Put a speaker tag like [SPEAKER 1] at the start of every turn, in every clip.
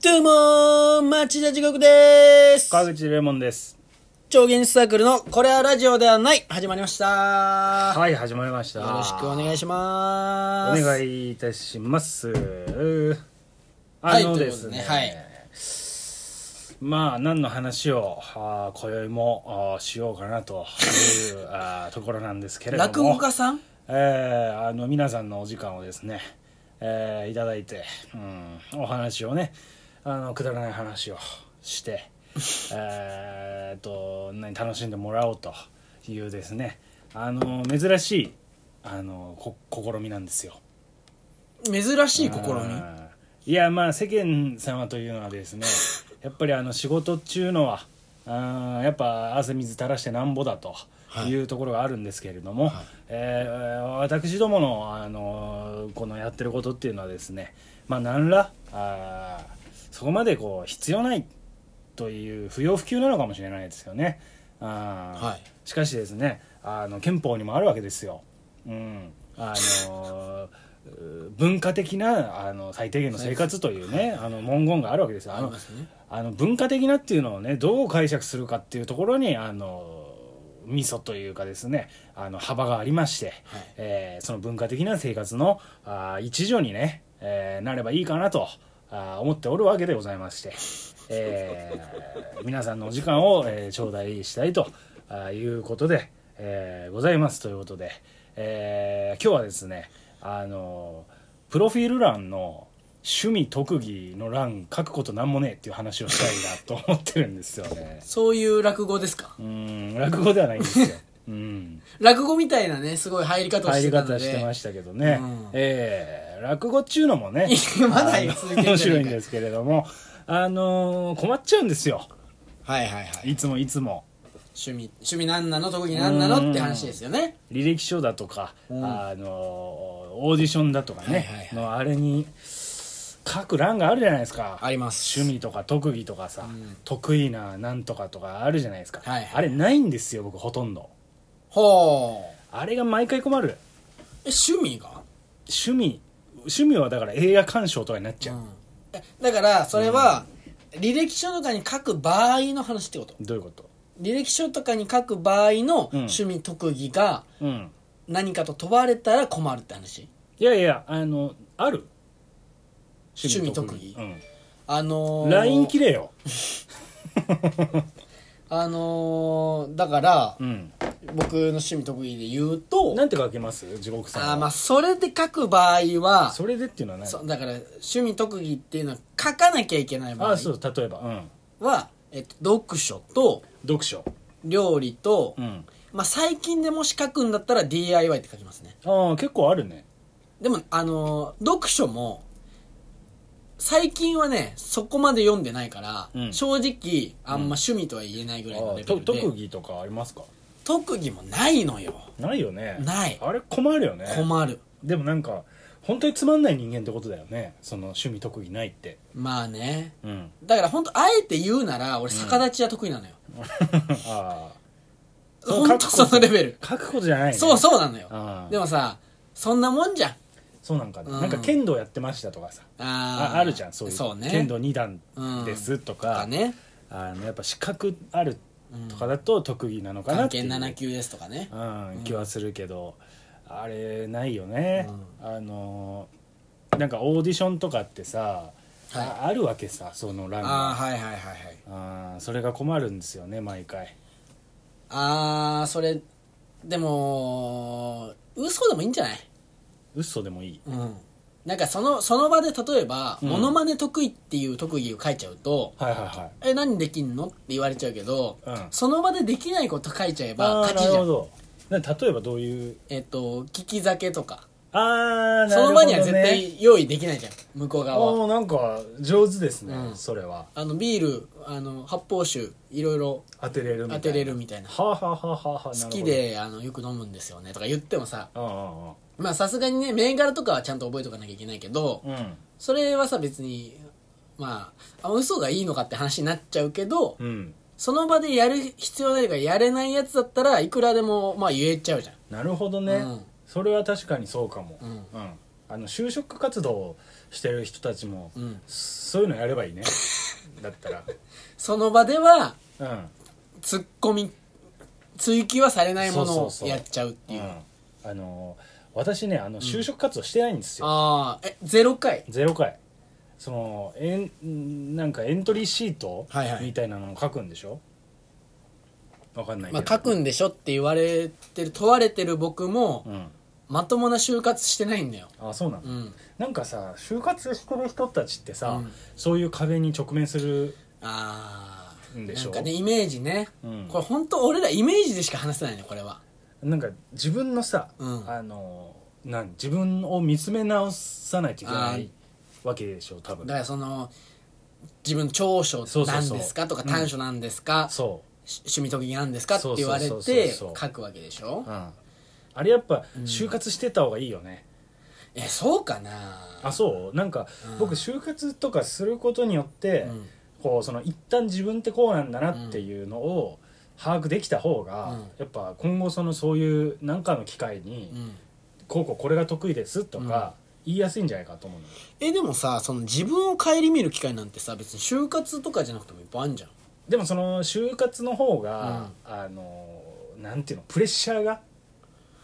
[SPEAKER 1] 注文町田地獄です
[SPEAKER 2] 川口レモンです
[SPEAKER 1] 超現実サークルのこれはラジオではない始まりました、
[SPEAKER 2] はい始まりました
[SPEAKER 1] よろしくお願いしま
[SPEAKER 2] お
[SPEAKER 1] す
[SPEAKER 2] 願いいたします
[SPEAKER 1] は
[SPEAKER 2] あ
[SPEAKER 1] い
[SPEAKER 2] のです
[SPEAKER 1] と
[SPEAKER 2] ね,、
[SPEAKER 1] いうことでねはい
[SPEAKER 2] まあ何の話をあー今宵もあーしようかなというあーところなんですけれども
[SPEAKER 1] 落語家さん
[SPEAKER 2] えーあの皆さんのお時間をですね、えーいただいて、うん、お話をねあのくだらない話をして、えーっと何楽しんでもらおうというですねあの珍しいあのこ試みなんですよ。
[SPEAKER 1] 珍しい試み
[SPEAKER 2] うんいやまあ世間様というのはです ねやっぱりあの仕事っちゅうのはあーやっぱ汗水垂らしてなんぼだというところがあるんですけれども、えー私どもの、あのーこのやってることっていうのはですねまあ何らあーそこまでこう必要ないという不要不急なのかもしれないですよね。あー
[SPEAKER 1] はい
[SPEAKER 2] しかしですねあの憲法にもあるわけですよ。うん、あのー文化的なあの最低限の生活というねあの文言があるわけですよあ
[SPEAKER 1] あり
[SPEAKER 2] の
[SPEAKER 1] ますね
[SPEAKER 2] あの文化的なっていうのをねどう解釈するかっていうところにあの味噌というかですねあの幅がありまして、
[SPEAKER 1] はい
[SPEAKER 2] えーその文化的な生活のあー一助にね、えーなればいいかなとあー思っておるわけでございまして、え ー皆さんのお時間を、えー頂戴したいとあーいうことで、えーございますということで、えー今日はですねあのプロフィール欄の趣味特技の欄書くことなんもねえっていう話をしたいなと思ってるんですよね。
[SPEAKER 1] そういう落語ですか
[SPEAKER 2] うん落語ではないんですよ。 うん、
[SPEAKER 1] 落語みたいなねすごい入り方をし
[SPEAKER 2] 入
[SPEAKER 1] て
[SPEAKER 2] り
[SPEAKER 1] たの
[SPEAKER 2] 方
[SPEAKER 1] で
[SPEAKER 2] してましたけどね、
[SPEAKER 1] うん
[SPEAKER 2] えー落語っちゅうのもね
[SPEAKER 1] まだ
[SPEAKER 2] あの
[SPEAKER 1] 続いてんじゃねえか
[SPEAKER 2] 面白いんですけれども、あのー困っちゃうんですよ
[SPEAKER 1] はいはいはい
[SPEAKER 2] いつもいつも
[SPEAKER 1] 趣味趣味なんなの特技なんなのって話ですよね
[SPEAKER 2] 履歴書だとか、あのーオーディションだとか
[SPEAKER 1] は
[SPEAKER 2] ね、
[SPEAKER 1] いはいはい
[SPEAKER 2] のあれに書く欄があるじゃないですか
[SPEAKER 1] あります
[SPEAKER 2] 趣味とか特技とかさ、得意ななんとかとかあるじゃないですか、
[SPEAKER 1] はいはい
[SPEAKER 2] あれないんですよ僕ほとんど
[SPEAKER 1] ほう
[SPEAKER 2] あれが毎回困る
[SPEAKER 1] え趣味が
[SPEAKER 2] 趣味趣味はだから映画鑑賞とかになっちゃう、
[SPEAKER 1] えだからそれは履歴書とかに書く場合の話ってこと
[SPEAKER 2] どういうこと
[SPEAKER 1] 履歴書とかに書く場合の趣味特技が
[SPEAKER 2] うん
[SPEAKER 1] 何かと問われたら困るって話
[SPEAKER 2] いやいやあのある
[SPEAKER 1] 趣味特技あ
[SPEAKER 2] う
[SPEAKER 1] の
[SPEAKER 2] ん、
[SPEAKER 1] ー、
[SPEAKER 2] LINE 切れよ、
[SPEAKER 1] あのーだから
[SPEAKER 2] うん、
[SPEAKER 1] 僕の趣味特技で言うと
[SPEAKER 2] なんて書けます地獄さんは
[SPEAKER 1] あーまあそれで書く場合は
[SPEAKER 2] それでっていうのはない
[SPEAKER 1] そうだから趣味特技っていうのは書かなきゃいけない場
[SPEAKER 2] あ
[SPEAKER 1] 合
[SPEAKER 2] そう例えばうん
[SPEAKER 1] は、えっと、読書と
[SPEAKER 2] 読書
[SPEAKER 1] 料理と、
[SPEAKER 2] うん
[SPEAKER 1] まあ、最近でもし書くんだったら DIY って書きますね
[SPEAKER 2] ああ結構あるね
[SPEAKER 1] でもあのー読書も最近はねそこまで読んでないから、
[SPEAKER 2] うん
[SPEAKER 1] 正直あんま趣味とは言えないぐらいの
[SPEAKER 2] あ
[SPEAKER 1] レ
[SPEAKER 2] ー
[SPEAKER 1] ベ
[SPEAKER 2] と
[SPEAKER 1] ルで、
[SPEAKER 2] 特技とかありますか
[SPEAKER 1] 特技もないのよ
[SPEAKER 2] ないよね
[SPEAKER 1] ない
[SPEAKER 2] あれ困るよね
[SPEAKER 1] 困る
[SPEAKER 2] でもなんか本当につまんない人間ってことだよねその趣味特技ないって
[SPEAKER 1] まあね
[SPEAKER 2] うん
[SPEAKER 1] だから本当あえて言うなら俺逆立ちは得意なのよ、
[SPEAKER 2] ああ
[SPEAKER 1] ほんとそのレベル
[SPEAKER 2] 書くことじゃない、ね、
[SPEAKER 1] そうそうなのよ
[SPEAKER 2] あー
[SPEAKER 1] でもさそんなもんじゃん
[SPEAKER 2] そうなんかね、
[SPEAKER 1] うん
[SPEAKER 2] なんか剣道やってましたとかさ
[SPEAKER 1] あ
[SPEAKER 2] あ
[SPEAKER 1] ー
[SPEAKER 2] あるじゃんそういう
[SPEAKER 1] そうね
[SPEAKER 2] 剣道2段です
[SPEAKER 1] と
[SPEAKER 2] とか,、
[SPEAKER 1] かね
[SPEAKER 2] あのやっぱ資格あるとかだと特技なのかな
[SPEAKER 1] 関
[SPEAKER 2] ってい
[SPEAKER 1] 係
[SPEAKER 2] う、うん、
[SPEAKER 1] 7級ですとかね
[SPEAKER 2] 気はするけど、あれないよね、あのなんかオーディションとかってさ、ああるわけさその欄
[SPEAKER 1] ああ
[SPEAKER 2] が
[SPEAKER 1] はいはいはいはい
[SPEAKER 2] あーそれが困るんですよね毎回
[SPEAKER 1] あーそれでも嘘でもいいんじゃない
[SPEAKER 2] 嘘でもいい
[SPEAKER 1] うんなんかそのその場で例えば
[SPEAKER 2] ん
[SPEAKER 1] モノマネ得意っていう特技を書いちゃうと
[SPEAKER 2] はいはいはい
[SPEAKER 1] 「え何できんの?」って言われちゃうけど、
[SPEAKER 2] うん
[SPEAKER 1] その場でできないこと書いちゃえば
[SPEAKER 2] あ
[SPEAKER 1] 勝
[SPEAKER 2] ーな
[SPEAKER 1] ち
[SPEAKER 2] る
[SPEAKER 1] じゃ
[SPEAKER 2] ほ
[SPEAKER 1] ん
[SPEAKER 2] どな例えばどういう
[SPEAKER 1] えっと聞き酒とか、
[SPEAKER 2] ああ
[SPEAKER 1] その場には絶対用意できないじゃん向こう側は
[SPEAKER 2] おーなんか上手ですね、
[SPEAKER 1] うん
[SPEAKER 2] それは
[SPEAKER 1] あのビールあの発泡酒いろいろ
[SPEAKER 2] 当てれるみたい
[SPEAKER 1] 当
[SPEAKER 2] な
[SPEAKER 1] てれるみたいな
[SPEAKER 2] はあ、はあはあはあ、好
[SPEAKER 1] 好きであのよく飲むんですよねとか言ってもさ
[SPEAKER 2] うんうんうん
[SPEAKER 1] まあさすがにね銘柄とかはちゃんと覚えとかなきゃいけないけど
[SPEAKER 2] うん
[SPEAKER 1] それはさ別にまああ嘘がいいのかって話になっちゃうけど
[SPEAKER 2] うん
[SPEAKER 1] その場でやる必要ないからやれないやつだったらいくらでもまあ言えちゃうじゃん
[SPEAKER 2] なるほどね、
[SPEAKER 1] うん
[SPEAKER 2] それは確かにそうかも
[SPEAKER 1] うん
[SPEAKER 2] あの就職活動をしてる人たちも、
[SPEAKER 1] うん
[SPEAKER 2] そういうのやればいいねだったら
[SPEAKER 1] その場では
[SPEAKER 2] うん
[SPEAKER 1] ツッコミ追求はされないもの
[SPEAKER 2] そう
[SPEAKER 1] を
[SPEAKER 2] そうそう
[SPEAKER 1] やっちゃうっていう
[SPEAKER 2] うん、あの私ねあの就職活動してないんですよ、
[SPEAKER 1] ああえゼロ回
[SPEAKER 2] ゼロ回そのえんなんかエントリーシート
[SPEAKER 1] はいはい
[SPEAKER 2] みたいなのを書くんでしょわかんないけ
[SPEAKER 1] ま
[SPEAKER 2] ど、
[SPEAKER 1] あ書くんでしょって言われてる問われてる僕も
[SPEAKER 2] うん
[SPEAKER 1] まともな就活してないんだよ
[SPEAKER 2] あそうなの、
[SPEAKER 1] うん
[SPEAKER 2] なんかさ就活してる人たちってさ、
[SPEAKER 1] うん
[SPEAKER 2] そういう壁に直面する
[SPEAKER 1] ああ
[SPEAKER 2] んでし
[SPEAKER 1] な
[SPEAKER 2] ょ
[SPEAKER 1] んかねイメージね、
[SPEAKER 2] うん
[SPEAKER 1] これ本当俺らイメージでしか話せないねこれは
[SPEAKER 2] なんか自分のさ、
[SPEAKER 1] うん
[SPEAKER 2] あのなん自分を見つめ直さないといけな
[SPEAKER 1] あ
[SPEAKER 2] いわけでしょ多分
[SPEAKER 1] だからその自分長所
[SPEAKER 2] そうそう
[SPEAKER 1] なん
[SPEAKER 2] そう
[SPEAKER 1] ですかとか短所なんですか、
[SPEAKER 2] そう
[SPEAKER 1] し趣味特技なんですかって言われ
[SPEAKER 2] そうそうそう
[SPEAKER 1] て
[SPEAKER 2] そ
[SPEAKER 1] 書
[SPEAKER 2] う
[SPEAKER 1] くわけでしょ
[SPEAKER 2] うんあれやっぱ就活してた方がいいよね、
[SPEAKER 1] えそうかな
[SPEAKER 2] あそうなんか
[SPEAKER 1] うん
[SPEAKER 2] 僕就活とかすることによって、
[SPEAKER 1] うん
[SPEAKER 2] こうその一旦自分ってこうなんだなっていうのを把握できた方が、
[SPEAKER 1] うん
[SPEAKER 2] やっぱ今後そのそういう何かの機会に、
[SPEAKER 1] うん
[SPEAKER 2] こうこうこれが得意ですとか、言いやすいんじゃないかと思うの
[SPEAKER 1] えでもさその自分を顧みる機会なんてさ別に就活とかじゃなくてもいっぱいあるじゃん
[SPEAKER 2] でもその就活の方が、あのなんていうのプレッシャーが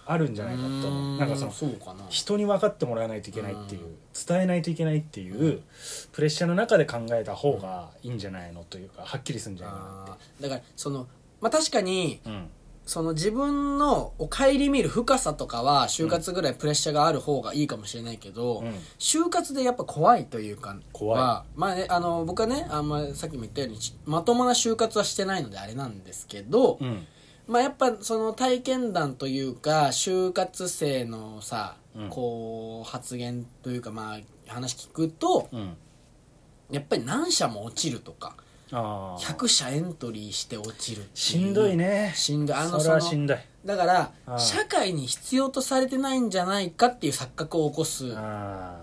[SPEAKER 2] あるんじゃないかと思うなんかその
[SPEAKER 1] そうかな
[SPEAKER 2] 人に分かってもらわないといけないっていう、
[SPEAKER 1] うん
[SPEAKER 2] 伝えないといけないっていう、プレッシャーの中で考えた方がいいんじゃないのというかはっきりするんじゃないかな
[SPEAKER 1] あーだからそのまあ確かに
[SPEAKER 2] うん
[SPEAKER 1] その自分のを顧みる深さとかは就活ぐらいプレッシャーがある方がいいかもしれないけど、
[SPEAKER 2] うん
[SPEAKER 1] 就活でやっぱ怖いというか
[SPEAKER 2] 怖い
[SPEAKER 1] はまあね、あの僕はねあんまさっきも言ったようにまともな就活はしてないのであれなんですけど、
[SPEAKER 2] うん
[SPEAKER 1] まあやっぱその体験談というか就活生のさ、
[SPEAKER 2] うん
[SPEAKER 1] こう発言というかまあ話聞くと
[SPEAKER 2] うん
[SPEAKER 1] やっぱり何社も落ちるとか
[SPEAKER 2] ああ
[SPEAKER 1] 100社エントリーして落ちるってう
[SPEAKER 2] しんどいね
[SPEAKER 1] しんどいあの
[SPEAKER 2] それは
[SPEAKER 1] その
[SPEAKER 2] しんどい
[SPEAKER 1] だか
[SPEAKER 2] あ
[SPEAKER 1] ら
[SPEAKER 2] ー
[SPEAKER 1] 社会に必要とされてないんじゃないかっていう錯覚を起こす
[SPEAKER 2] あ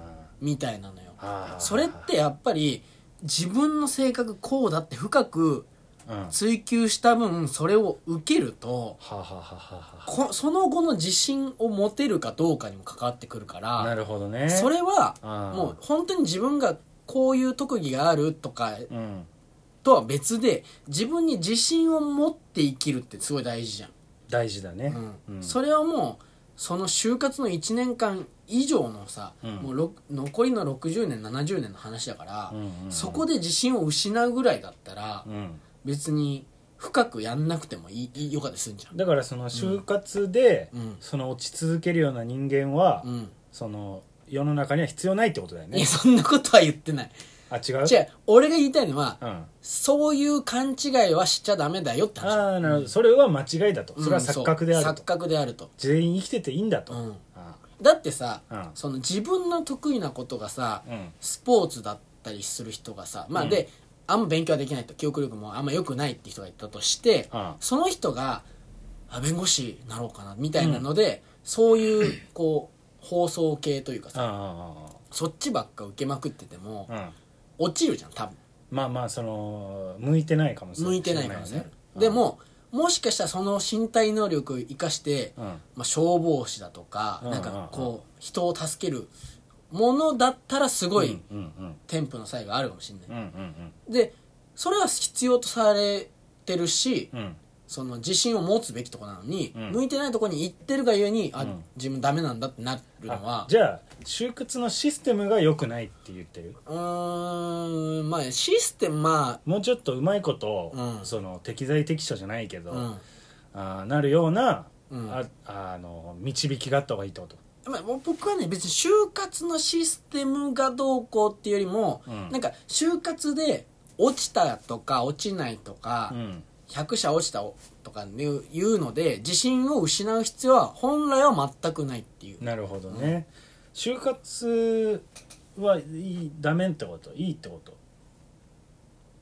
[SPEAKER 1] みたいなのよ
[SPEAKER 2] あ
[SPEAKER 1] それってやっぱり自分の性格こうだって深く
[SPEAKER 2] うんは
[SPEAKER 1] 追求した分それを受けると
[SPEAKER 2] あはあはあは
[SPEAKER 1] こその後の自信を持てるかどうかにも関わってくるか
[SPEAKER 2] あな
[SPEAKER 1] ら
[SPEAKER 2] るほどね
[SPEAKER 1] それは
[SPEAKER 2] あー
[SPEAKER 1] もう本当に自分がこういう特技があるとか
[SPEAKER 2] うん
[SPEAKER 1] とは別で自分に自信を持って生きるってすごい大事じゃん、
[SPEAKER 2] 大事だね
[SPEAKER 1] うん
[SPEAKER 2] うん
[SPEAKER 1] それはもうその就活の1年間以上のさ、
[SPEAKER 2] うん
[SPEAKER 1] もうろ残りの60年70年の話だから、
[SPEAKER 2] うんうんうん
[SPEAKER 1] そこで自信を失うぐらいだったら、
[SPEAKER 2] うん
[SPEAKER 1] 別に深くやんなくてもいいいいよかったりするんじゃん
[SPEAKER 2] だからその就活で、
[SPEAKER 1] うん
[SPEAKER 2] その落ち続けるような人間は、
[SPEAKER 1] うん、
[SPEAKER 2] その世の中には必要ないってことだよ
[SPEAKER 1] いや
[SPEAKER 2] ね
[SPEAKER 1] そんなことは言ってない
[SPEAKER 2] あ違う
[SPEAKER 1] 違う俺が言いたいのは、
[SPEAKER 2] うん、あ
[SPEAKER 1] そういう勘違いはしちゃダメだよって話
[SPEAKER 2] あなるほどそれは間違いだと
[SPEAKER 1] うん
[SPEAKER 2] それは錯覚である
[SPEAKER 1] そ
[SPEAKER 2] と
[SPEAKER 1] う錯覚であると
[SPEAKER 2] 全員生きてていいんだと、
[SPEAKER 1] うん
[SPEAKER 2] あ
[SPEAKER 1] だってさ、
[SPEAKER 2] うん
[SPEAKER 1] その自分の得意なことがさ、
[SPEAKER 2] うん
[SPEAKER 1] スポーツだったりする人がさまあ
[SPEAKER 2] うん
[SPEAKER 1] で、あんま勉強はできないと記憶力もあんま良くないって人がいたとして、
[SPEAKER 2] うん
[SPEAKER 1] その人があ弁護士になろうかなみたいなので、そういうこう放送系というか
[SPEAKER 2] あ
[SPEAKER 1] さ、
[SPEAKER 2] あ
[SPEAKER 1] そっちばっか受けまくってても、
[SPEAKER 2] ああうん
[SPEAKER 1] 落ちるじゃん多分
[SPEAKER 2] まあまあその向いてないかもしれな
[SPEAKER 1] 向
[SPEAKER 2] い
[SPEAKER 1] いてないからね
[SPEAKER 2] うん
[SPEAKER 1] でももしかしたらその身体能力を生かして、
[SPEAKER 2] うん
[SPEAKER 1] まあ、消防士だとか、
[SPEAKER 2] うん
[SPEAKER 1] なんかこう人を助けるものだったらすごい
[SPEAKER 2] うんうん
[SPEAKER 1] 添付の際があるかもしれ
[SPEAKER 2] うんう
[SPEAKER 1] ない、
[SPEAKER 2] んうん
[SPEAKER 1] でそれは必要とされてるし、
[SPEAKER 2] うんうん
[SPEAKER 1] その自信を持つべきとこなのに、
[SPEAKER 2] うん
[SPEAKER 1] 向いてないとこに行ってるがゆえにあ、
[SPEAKER 2] うん
[SPEAKER 1] 自分ダメなんだってなるの
[SPEAKER 2] あ
[SPEAKER 1] は
[SPEAKER 2] じゃあ就活のシステムが良くないって言ってる
[SPEAKER 1] うーんまあシステムま
[SPEAKER 2] もうちょっとうまいこと、
[SPEAKER 1] うん
[SPEAKER 2] その適材適所じゃないけ
[SPEAKER 1] あ
[SPEAKER 2] ど、
[SPEAKER 1] うん
[SPEAKER 2] あーなるような、
[SPEAKER 1] うん
[SPEAKER 2] ああの導きがあった方がいいってこと
[SPEAKER 1] まあ、僕はね別に就活のシステムがどうこうっていうよりも、
[SPEAKER 2] うん
[SPEAKER 1] なんか就活で落ちたとか落ちないとか、
[SPEAKER 2] うん
[SPEAKER 1] 100社落ちたとかいういうので自信を失う必要は本来は全くないっていう、
[SPEAKER 2] なるほどね、就活はいいダメってこといいってこと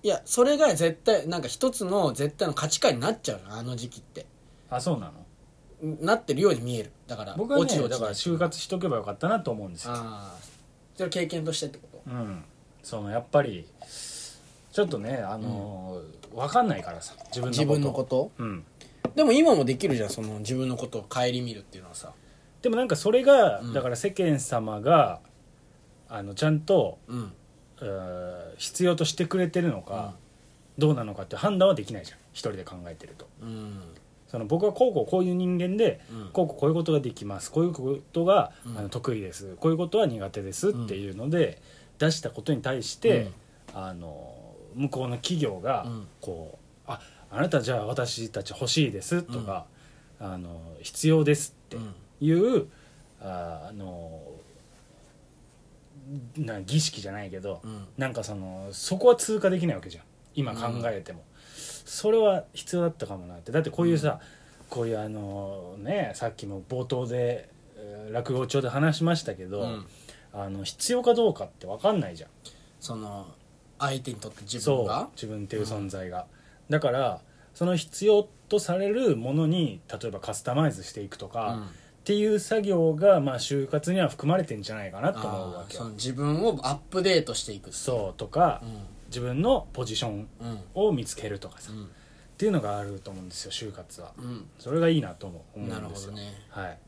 [SPEAKER 1] いやそれが絶対なんか一つの絶対の価値観になっちゃうなあの時期って
[SPEAKER 2] あそうなの
[SPEAKER 1] なってるように見えるだから
[SPEAKER 2] 僕はねだから
[SPEAKER 1] ない
[SPEAKER 2] 就活しとけばよかったなと思うんですよ、
[SPEAKER 1] ああそれ経験としてってこと
[SPEAKER 2] うん、そのやっぱりちょっとねあのー、わかんないからさ自分のこと
[SPEAKER 1] 自分のこと
[SPEAKER 2] うん
[SPEAKER 1] でも今もできるじゃんその自分のことを顧みるっていうのはさ
[SPEAKER 2] でもなんかそれが、
[SPEAKER 1] うん
[SPEAKER 2] だから世間様があのちゃんと
[SPEAKER 1] うん
[SPEAKER 2] うー必要としてくれてるのか、どうなのかって判断はできないじゃん一人で考えてると
[SPEAKER 1] うん
[SPEAKER 2] その僕はこうこうこういう人間で
[SPEAKER 1] うん
[SPEAKER 2] こうこうこういうことができますこういうことが、
[SPEAKER 1] うん
[SPEAKER 2] あの得意ですこういうことは苦手ですっていうので、出したことに対して、あの向こうの企業が
[SPEAKER 1] うん
[SPEAKER 2] こう「ああなたじゃあ私たち欲しいです」とか、あの「必要です」って
[SPEAKER 1] うん
[SPEAKER 2] いうああのな儀式じゃないけど、
[SPEAKER 1] うん
[SPEAKER 2] なんかそのそこは通過できないわけじゃん今考えても、それは必要だったかもなってだってこういうさ、こういうあのねさっきも冒頭でえー落語帳で話しましたけど、
[SPEAKER 1] うん
[SPEAKER 2] あの必要かどうかって分かんないじゃん
[SPEAKER 1] その相手にとって自分
[SPEAKER 2] そう
[SPEAKER 1] が
[SPEAKER 2] 自分っていう存在が、だからその必要とされるものに例えばカスタマイズしていくとか、
[SPEAKER 1] うん
[SPEAKER 2] っていう作業がまあ就活には含まれてんじゃないかなと思う
[SPEAKER 1] あ
[SPEAKER 2] わ
[SPEAKER 1] ー
[SPEAKER 2] け
[SPEAKER 1] そ
[SPEAKER 2] よ
[SPEAKER 1] の自分をアップデートしていく
[SPEAKER 2] そうとか、
[SPEAKER 1] う
[SPEAKER 2] 自分のポジショ
[SPEAKER 1] ん
[SPEAKER 2] ン
[SPEAKER 1] うん
[SPEAKER 2] を見つけるとかさ、
[SPEAKER 1] うん
[SPEAKER 2] っていうのがあると思うんですよ就活は
[SPEAKER 1] うん
[SPEAKER 2] それがいいなと思う思
[SPEAKER 1] な
[SPEAKER 2] う
[SPEAKER 1] る
[SPEAKER 2] んで
[SPEAKER 1] ほ
[SPEAKER 2] す
[SPEAKER 1] ど
[SPEAKER 2] よ、
[SPEAKER 1] ね
[SPEAKER 2] はい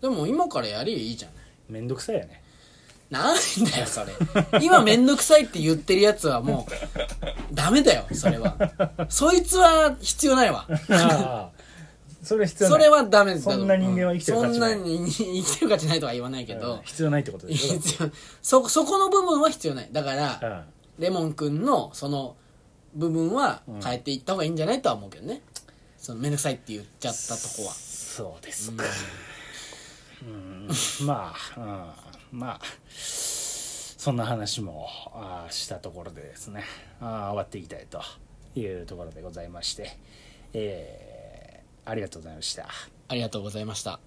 [SPEAKER 1] でも今からやりゃいいじゃない
[SPEAKER 2] めんどくさいよね
[SPEAKER 1] なんだよそれ今めんどくさいって言ってるやつはもうダメだよそれはそいつは必要ないわ
[SPEAKER 2] ああそれ必要な
[SPEAKER 1] そ
[SPEAKER 2] い
[SPEAKER 1] れはダメだと
[SPEAKER 2] そんな人間は生きてる価値ない
[SPEAKER 1] そんなに生きてる価値ないとは言わないけ
[SPEAKER 2] う
[SPEAKER 1] ど
[SPEAKER 2] ん、必要ないってことでしょ
[SPEAKER 1] 必要そそこの部分は必要ないだから、
[SPEAKER 2] うん
[SPEAKER 1] レモン君のその部分は
[SPEAKER 2] うん
[SPEAKER 1] 変えていった方がいいんじゃないとは思うけどねそのめんどくさいって言っちゃったとこは
[SPEAKER 2] そうですかうんまあ、うん、まあそんな話もああしたところでですねああ終わっていきたいというところでございましてえーありがとうございました
[SPEAKER 1] ありがとうございました